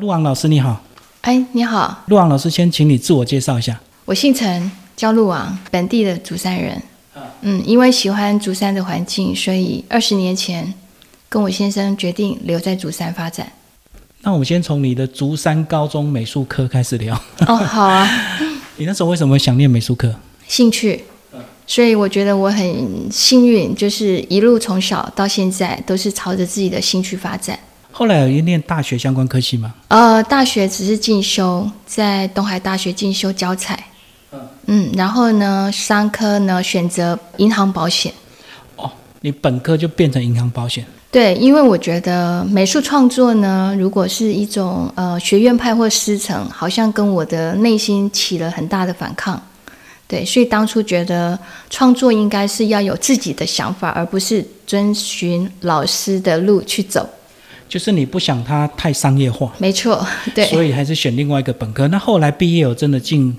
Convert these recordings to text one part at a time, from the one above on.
陆昂老师你好，哎，你好，陆昂老师先请你自我介绍一下。我姓陈，叫陆昂，本地的竹山人。嗯，因为喜欢竹山的环境，所以二十年前跟我先生决定留在竹山发展。那我们先从你的竹山高中美术科开始聊。 哦，好啊，你那时候为什么想念美术课？兴趣。所以我觉得我很幸运，就是一路从小到现在都是朝着自己的兴趣发展。后来有念大学相关科系吗？呃，大学只是进修，在东海大学进修教材。嗯，然后呢，商科呢选择银行保险。哦，你本科就变成银行保险。对，因为我觉得美术创作呢，如果是一种呃学院派或师承，好像跟我的内心起了很大的反抗。对，所以当初觉得创作应该是要有自己的想法，而不是遵循老师的路去走。就是你不想它太商业化，没错，对，所以还是选另外一个本科。那后来毕业有真的进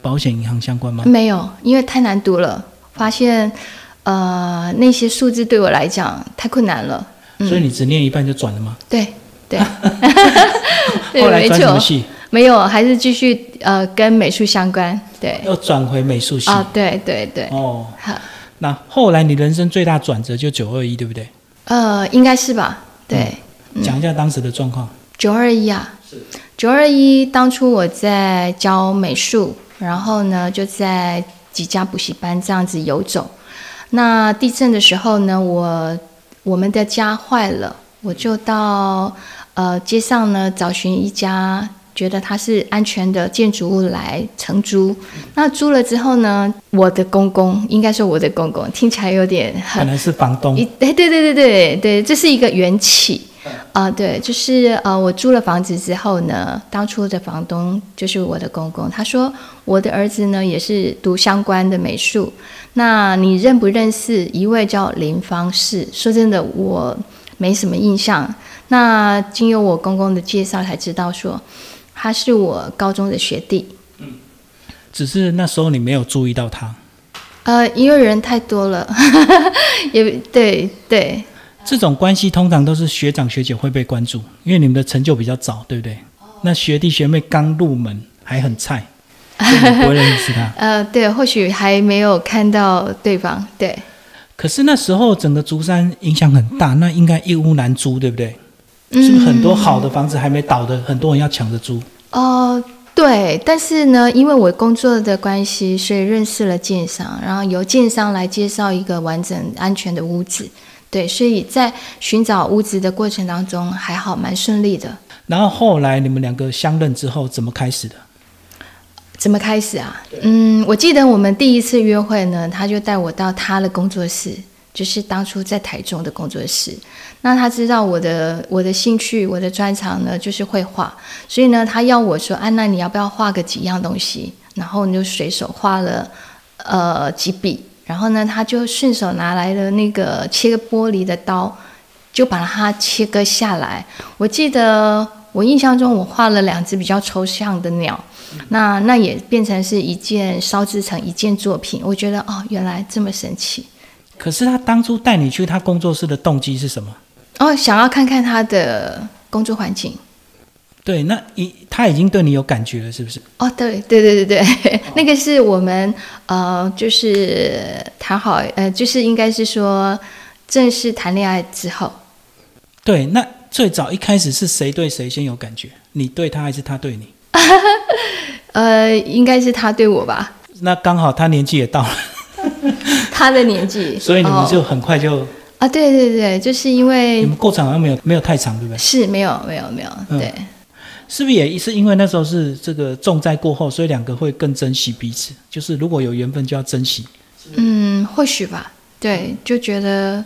保险银行相关吗？没有，因为太难读了，发现呃那些数字对我来讲太困难了。所以你只念一半就转了吗？对， 对， 对，后来没转什么 错，系？没有，还是继续呃跟美术相关。对。又转回美术系。啊，对对对，哦，好，那后来你人生最大转折就九二一，对不对？呃，应该是吧？对，讲一下当时的状况。九二一啊，九二一，当初我在教美术，然后呢就在几家补习班这样子游走。那地震的时候呢，我我们的家坏了，我就到呃街上呢找寻一家觉得它是安全的建筑物来承租。那租了之后呢，我的公公应该说我的公公听起来有点很可能是房东一，哎，对对对对对，这是一个缘起。啊、对，就是呃，我租了房子之后呢，当初的房东就是我的公公，他说我的儿子呢也是读相关的美术，那你认不认识一位叫林芳氏？说真的，我没什么印象。那经由我公公的介绍才知道说，他是我高中的学弟。只是那时候你没有注意到他。呃，因为人太多了， 也对对，。这种关系通常都是学长学姐会被关注，因为你们的成就比较早，对不对？那学弟学妹刚入门还很菜，所以你不会认识他 呃，对，或许还没有看到对方，对，可是那时候整个竹山影响很大，那应该一屋难租，对不对？是不是很多好的房子还没倒的，很多人要抢着租？哦、对，但是呢，因为我工作的关系，所以认识了建商，然后由建商来介绍一个完整安全的屋子，对，所以在寻找屋子的过程当中，还好蛮顺利的。然后后来你们两个相认之后怎么开始的？怎么开始啊？嗯，我记得我们第一次约会呢，他就带我到他的工作室，就是当初在台中的工作室。那他知道我的我的兴趣，我的专长呢就是绘画，所以呢，他要我说，安、娜，你要不要画个几样东西？然后你就随手画了，呃，几笔。然后呢，他就顺手拿来了那个切玻璃的刀，就把它切割下来。我记得我印象中，我画了两只比较抽象的鸟，那那也变成是一件烧制成一件作品。我觉得哦，原来这么神奇可是他当初带你去他工作室的动机是什么？哦，想要看看他的工作环境。对，那一他已经对你有感觉了，是不是？哦，对对对对哦对， 那个是我们呃，就是谈好呃，就是应该是说正式谈恋爱之后，对，那最早一开始是谁对谁先有感觉？你对他还是他对你？呃，应该是他对我吧，那刚好他年纪也到了， 他的年纪，所以你们哦就很快就，啊，对对对，就是因你为们过场好像没有没有太长，对不对？是没有没有没有，嗯对。是不是也是因为那时候是这个重灾过后，所以两个会更珍惜彼此？就是如果有缘分就要珍惜。嗯，或许吧。对，就觉得，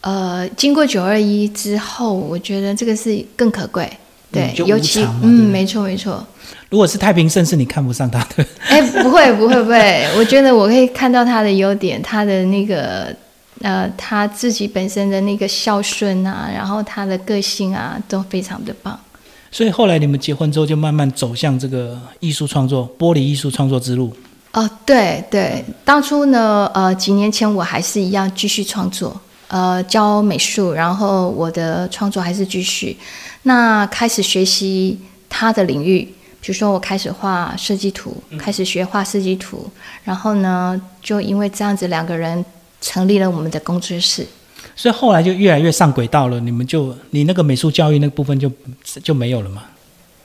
呃，经过九二一之后，我觉得这个是更可贵。对，嗯就无尤其常嘛嗯，对不对没错没错。如果是太平盛世，你看不上他的，哎，不会不会不会，我觉得我可以看到他的优点，他的那个呃，他自己本身的那个孝顺啊，然后他的个性啊，都非常的棒。 所以后来你们结婚之后就慢慢走向这个艺术创作、玻璃艺术创作之路。哦，对对，当初呢，呃，几年前我还是一样继续创作，呃教美术，然后我的创作还是继续。那开始学习他的领域，比如说我开始画设计图，开始学画设计图，然后呢，就因为这样子，两个人成立了我们的工作室。所以后来就越来越上轨道了。你们就你那个美术教育那个部分就就没有了嘛？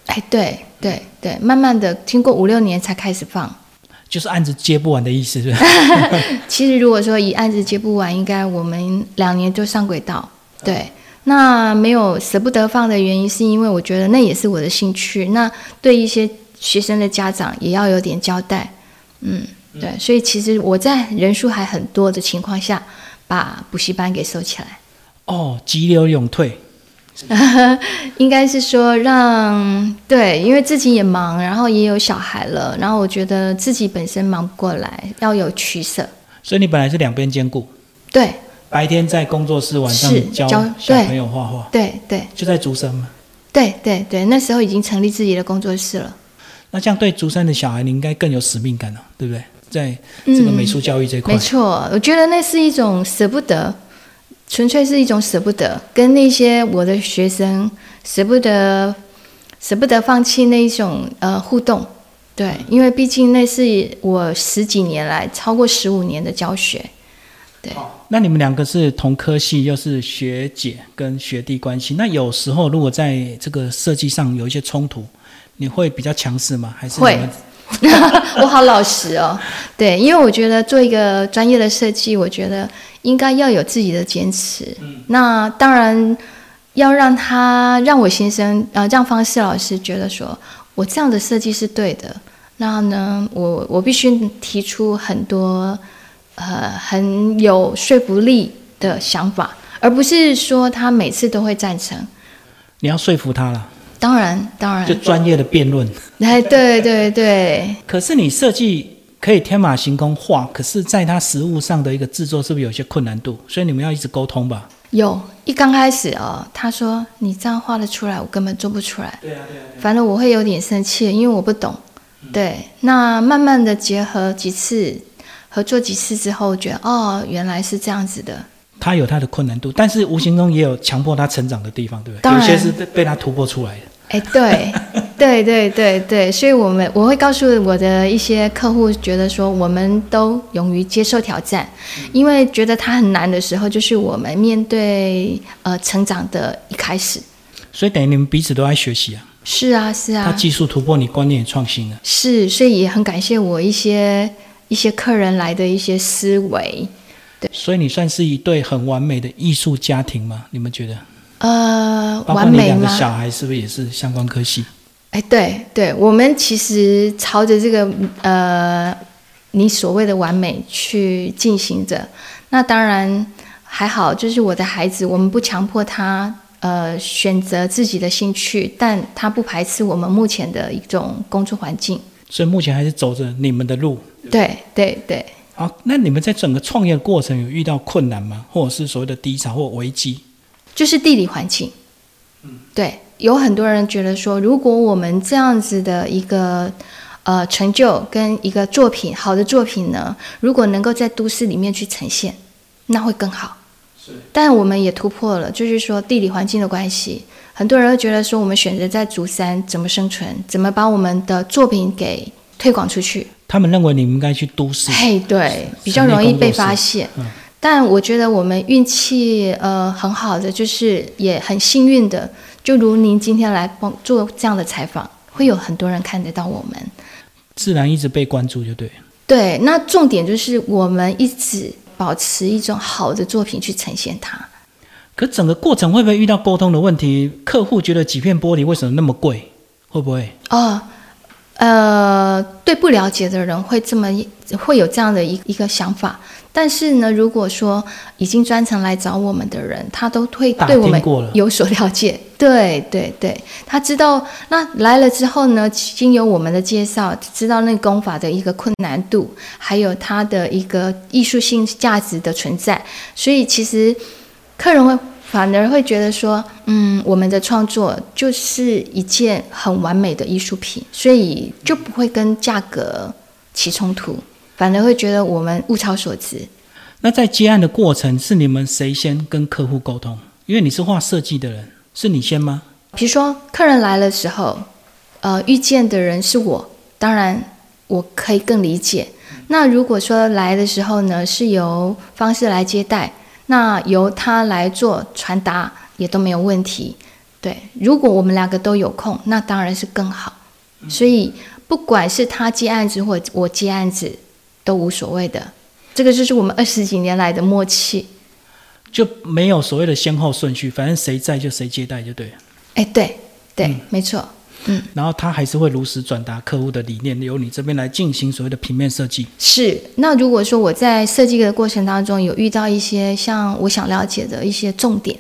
哎，对对对，慢慢的，经过五六年才开始放。就是案子接不完的意思，是不是？其实如果说一案子接不完，应该我们两年就上轨道。对，那没有舍不得放的原因，是因为我觉得那也是我的兴趣。那对一些学生的家长也要有点交代。嗯，对，所以其实我在人数还很多的情况下，把补习班给收起来。 哦，急流勇退，应该是说让对，因为自己也忙，然后也有小孩了，然后我觉得自己本身忙不过来，要有取舍。所以你本来是两边兼顾，对白天在工作室，晚上是教教小对朋友画画，对对就在竹山嘛。对对对，那时候已经成立自己的工作室了。那这样对竹山的小孩，你应该更有使命感了、对不对？在这个美术教育这一块，嗯没错，我觉得那是一种舍不得，纯粹是一种舍不得，跟那些我的学生舍不得舍不得放弃那一种呃互动。对，因为毕竟那是我十几年来超过十五年的教学。那你们两个是同科系，又是学姐跟学弟关系，那有时候如果在这个设计上有一些冲突，你会比较强势吗？还是你会们 我好老实哦，对，因为我觉得做一个专业的设计，我觉得应该要有自己的坚持。嗯那当然要让他让我先生呃，让方世老师觉得说我这样的设计是对的。那呢，我我必须提出很多呃很有说服力的想法，而不是说他每次都会赞成。你要说服他了，当然，当就然，专业的辩论。哎，对对对，可是你设计可以天马行空画，可是在它实物上的一个制作是不是有些困难度？所以你们要一直沟通吧。有一刚开始哦，他说你这样画得出来，我根本做不出来。对啊，对啊。嗯反正我会有点生气，因为我不懂。对，那慢慢的结合几次，合作几次之后，觉得哦，原来是这样子的。他有他的困难度，但是无形中也有强迫他成长的地方，对不对？当有然些是被他突破出来的。哎，对， 对对对对，所以我们我会告诉我的一些客户，觉得说我们都勇于接受挑战，嗯因为觉得它很难的时候，就是我们面对呃成长的一开始。所以等于你们彼此都在学习啊。是啊，是啊。他技术突破，你观念也创新了。啊是，所以也很感谢我一些一些客人来的一些思维。所以你算是一对很完美的艺术家庭吗？你们觉得？呃，包括完你美两个吗？小孩是不是也是相关科系？哎，对对，我们其实朝着这个呃，你所谓的完美去进行着。那当然还好，就是我的孩子，我们不强迫他呃选择自己的兴趣，但他不排斥我们目前的一种工作环境。所以目前还是走着你们的路。对对对，好，那你们在整个创业过程有遇到困难吗？或者是所谓的低潮或危机？就是地理环境。对，有很多人觉得说，如果我们这样子的一个呃成就跟一个作品，好的作品呢，如果能够在都市里面去呈现，那会更好。是，但我们也突破了，就是说地理环境的关系，很多人会觉得说，我们选择在竹山怎么生存，怎么把我们的作品给推广出去。他们认为你们应该去都市，嘿，对，比较神秘容易工被作室发现。嗯但我觉得我们运气呃很好的，就是也很幸运的，就如您今天来帮做这样的采访，会有很多人看得到我们。自然一直被关注就对了。对，那重点就是我们一直保持一种好的作品去呈现它。可整个过程会不会遇到沟通的问题？客户觉得几片玻璃为什么那么贵？会不会？哦，呃，对不了解的人会这么一会有这样的一一个想法，但是呢，如果说已经专程来找我们的人，他都会打对我听过了们有所了解。对对对，他知道那来了之后呢，经由我们的介绍，知道那功法的一个困难度，还有它的一个艺术性价值的存在，所以其实客人会反而会觉得说，嗯，我们的创作就是一件很完美的艺术品，所以就不会跟价格起冲突，反而会觉得我们物超所值。那在接案的过程是你们谁先跟客户沟通？因为你是画设计的人，是你先吗？比如说客人来的时候，呃，遇见的人是我，当然我可以更理解。那如果说来的时候呢，是由方式来接待，那由他来做传达也都没有问题。对，如果我们两个都有空，那当然是更好。所以不管是他接案子或我接案子，都无所谓的。这个就是我们二十几年来的默契。就没有所谓的先后顺序，反正谁在就谁接待就对了。哎，对对，没错。嗯，然后他还是会如实转达客户的理念，由你这边来进行所谓的平面设计。是。那如果说我在设计的过程当中有遇到一些像我想了解的一些重点，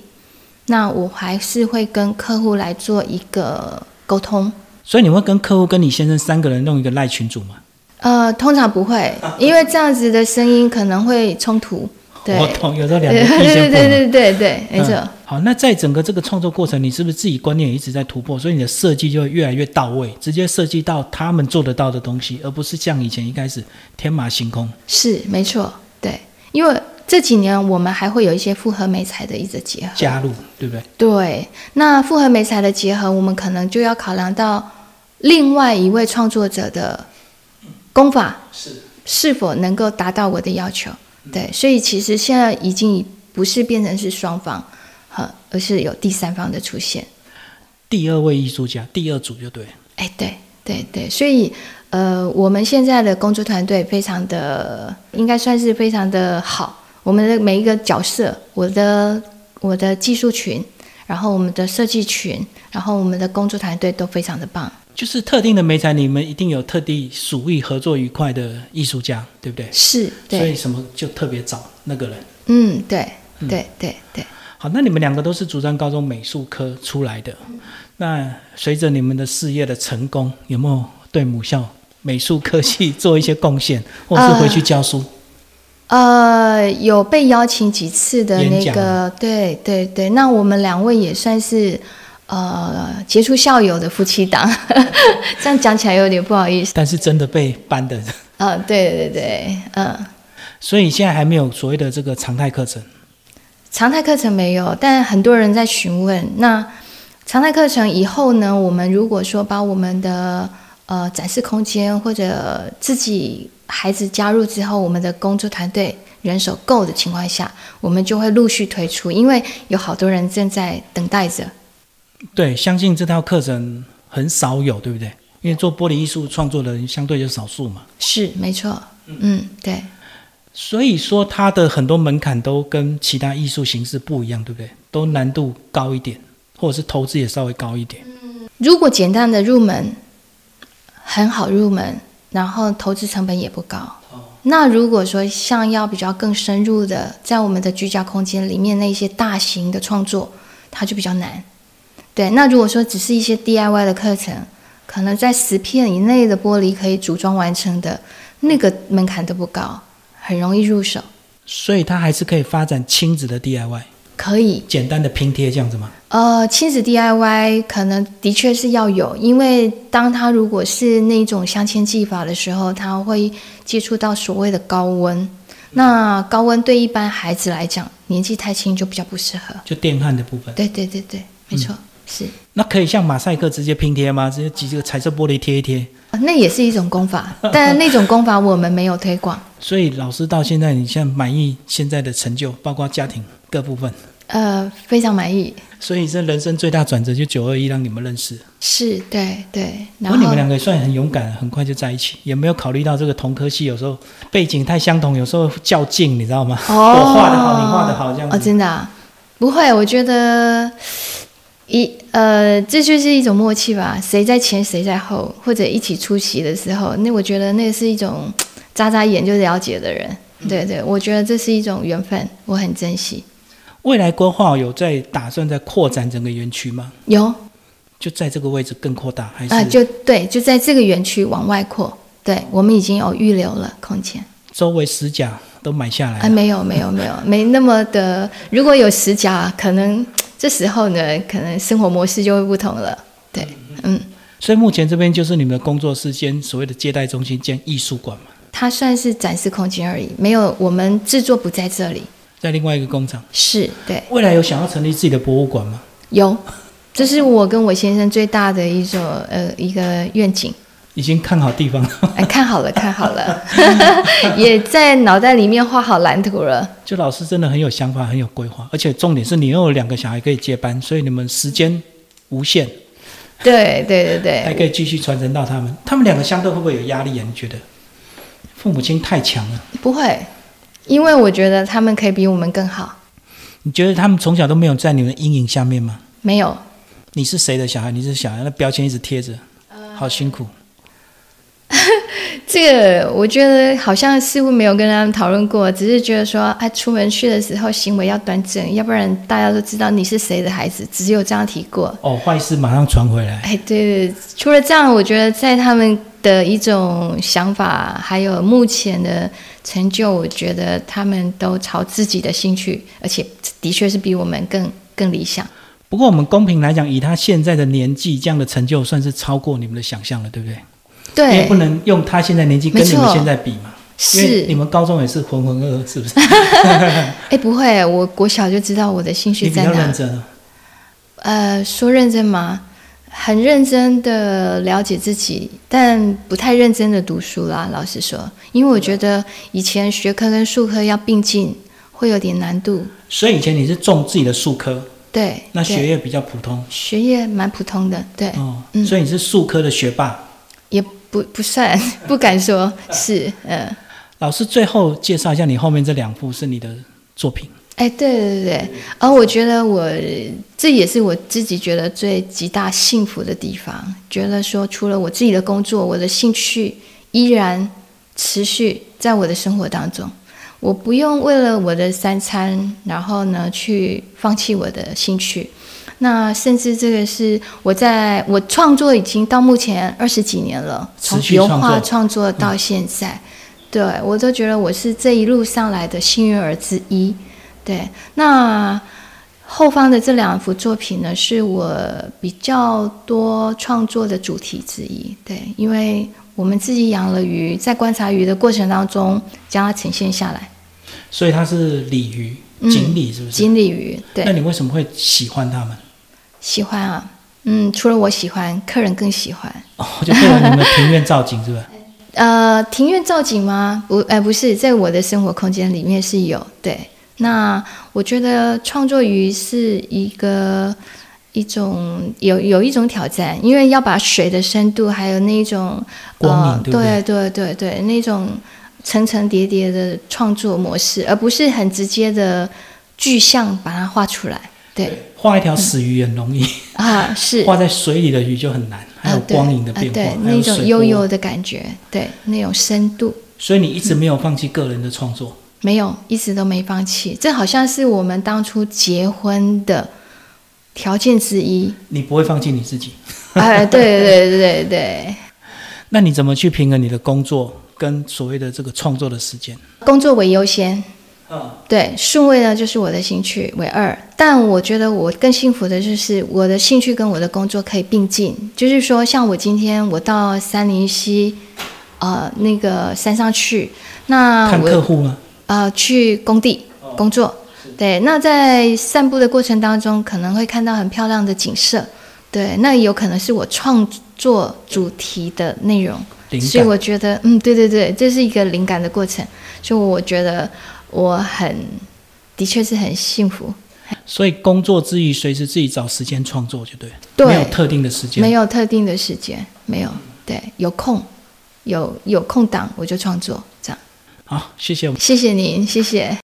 那我还是会跟客户来做一个沟通。所以你会跟客户跟你先生三个人弄一个赖群组吗？呃，通常不 会，因为这样子的声音可能会冲突。对，我懂，有时候哦两个对 意见对不对合。对对对，没错。嗯好，那在整个这个创作过程，你是不是自己观念也一直在突破？所以你的设计就会越来越到位，直接设计到他们做得到的东西，而不是像以前一开始天马行空。是没错，对，因为这几年我们还会有一些复合美材的一个结合。加入，对不对？对，那复合美材的结合，我们可能就要考量到另外一位创作者的功法是。是否能够达到我的要求。对，所以其实现在已经不是变成是双方，呵，而是有第三方的出现。第二位艺术家，第二组就对了。哎，对对对，所以呃，我们现在的工作团队非常的，应该算是非常的好。我们的每一个角色，我的我的技术群，然后我们的设计群，然后我们的工作团队都非常的棒。就是特定的美材，你们一定有特地属意合作愉快的艺术家，对不对？是，所以对，什么就特别找那个人。嗯，对，对对对，好，那你们两个都是竹山高中美术科出来的，那随着你们的事业的成功，有没有对母校美术科系做一些贡献，或是回去教书？呃，有被邀请几次的那演个讲，对对对，那我们两位也算是呃杰出校友的夫妻档， 这样讲起来有点不好意思。但是真的被搬的，啊，对对对，嗯， 所以现在还没有所谓的这个常态课程。常态课程没有，但很多人在询问。那常态课程以后呢，我们如果说把我们的呃展示空间或者自己孩子加入之后，我们的工作团队人手够的情况下，我们就会陆续推出，因为有好多人正在等待着。对，相信这套课程很少有，对不对？因为做玻璃艺术创作的人相对就少数嘛。是，没错，嗯，对。所以说，它的很多门槛都跟其他艺术形式不一样，对不对？都难度高一点，或者是投资也稍微高一点。如果简单的入门，很好入门，然后投资成本也不高。那如果说像要比较更深入的，在我们的居家空间里面那一些大型的创作，它就比较难。对，那如果说只是一些 DIY 的课程，可能在十片以内的玻璃可以组装完成的，那个门槛都不高，很容易入手。所以它还是可以发展亲子的 DIY，可以，简单的拼贴这样子嘛。呃，亲子 DIY 可能的确是要有，因为当他如果是那种镶嵌技法的时候，他会接触到所谓的高温。那高温对一般孩子来讲，年纪太轻就比较不适合。就电焊的部分，对对对对，没错，是、那可以像马赛克直接拼贴吗？直接挤这个彩色玻璃贴一贴。呃那也是一种功法， 但那种功法我们没有推广。所以老师到现在，你现在满意现在的成就，包括家庭各部分。呃，非常满意，所以这人生最大转折就九二一让你们认识，是对对。不过然后你们两个也算很勇敢，很快就在一起，也没有考虑到这个同科系有时候背景太相同，有时候较劲，你知 道吗？哦，我画的好，你画的好，这样哦，子。真的、啊，不会，我觉得一呃，这就是一种默契吧，谁在前谁在后，或者一起出席的时候，那我觉得那是一种眨眨眼就了解的人。嗯对对，我觉得这是一种缘分，我很珍惜。未来规划有在打算在扩展整个园区吗？有啊、就在这个位置更扩大，还是、呃就对，就在这个园区往外扩。对，我们已经有预留了空间。周围十甲都买下来啊，了？没有没有没有，没那么的。如果有十家，可能这时候呢，可能生活模式就会不同了。对，嗯。所以目前这边就是你们的工作室兼所谓的接待中心兼艺术馆嘛。它算是展示空间而已，没有我们制作不在这里。在另外一个工厂。是对，未来有想要成立自己的博物馆吗？有，这是我跟我先生最大的一种呃一个愿景。已经看好地方了， 哎，看好了，看好了， 也在脑袋里面画好蓝图了。就老师真的很有想法，很有规划，而且重点是你又有两个小孩可以接班，所以你们时间无限，对对对还对，可以继续传承到他们。他们两个相对会不会有压力呀、啊你觉得父母亲太强了？不会，因为我觉得他们可以比我们更好。你觉得他们从小都没有在你们阴影下面吗？没有，你是谁的小孩？你是小孩，那标签一直贴着，好辛苦。这个我觉得好像似乎没有跟他们讨论过，只是觉得说，哎、出门去的时候行为要端正，要不然大家都知道你是谁的孩子，只有这样提 过。哦，坏事马上传回来。哎，对，对除了这样，我觉得在他们的一种想法，还有目前的成就，我觉得他们都朝自己的兴趣，而且的确是比我们更更理想。不过我们公平来讲，以他现在的年纪，这样的成就算是超过你们的想象了，对不对？因为对不，能用他现在年纪跟你没们错现在比嘛。因为你是，们高中也是浑浑噩噩，是不 是？哎，不会，我国小就知道我的兴你趣比在较认哪。真啊。呃，说认真吗？很认真的了解自己，但不太认真的读书啦。老实说，因为我觉得以前学科跟术科要并进，会有点难度。所以以前你是重自己的数科，对，那对学业比较普通学业蛮普通的，对，哦，嗯所以你是数科的学霸。也不不算， 不敢说是，嗯，老师最后介绍一下你后面这两幅是你的作品，哎，对对对，而、我觉得我这也是我自己觉得最极大幸福的地方，觉得说除了我自己的工作，我的兴趣依然持续在我的生活当中，我不用为了我的三餐，然后呢去放弃我的兴趣。那甚至这个是我在我创作已经到目前二十几年了，从持续油创画作嗯创作到现在，对我都觉得我是这一路上来的幸运儿之一。对，那后方的这两幅作品呢，是我比较多创作的主题之一。对，因为我们自己养了鱼，在观察鱼的过程当中，将它呈现下来。所以它是鲤鱼、嗯锦鲤，是不是？锦鲤鱼，那对，你为什么会喜欢它们？喜欢啊，嗯，除了我喜欢，客人更喜欢。哦，就配合你们的庭院造景，是吧？呃，庭院造景吗？不，哎、不是，在我的生活空间里面是有。对，那我觉得创作鱼是一个一种有有一种挑战，因为要把水的深度，还有那种光呃影，对不对对对对对，那种层层叠叠的创作模式，而不是很直接的具象把它画出来。 对嗯画一条死鱼很容易，啊，是。画在水里的鱼就很难，还有啊对光影的变啊，对化，还有那水种波悠悠的感觉，对那种深度，所以你一直没有放弃个人的创作，没有，一直都没放弃。这好像是我们当初结婚的条件之一。你不会放弃你自己。哎，对对对对对，那你怎么去平衡你的工作跟所谓的这个创作的时间？工作为优先，嗯，对顺位呢就是我的兴趣为二。但我觉得我更幸福的就是我的兴趣跟我的工作可以并进，就是说像我今天我到三林溪，呃，那个山上去，那看我客户吗？呃，去工地哦工作。对，那在散步的过程当中，可能会看到很漂亮的景色。对，那有可能是我创作主题的内容，灵所以感。我觉得，嗯，对对对，这是一个灵感的过程，所以我觉得我很，的确是很幸福。所以工作之余，随时自己找时间创作就对了，没有对，特定的时间。没有特定的时间，没有，对，有空，有有空档我就创作，这样。好，谢谢我们谢谢您，谢谢。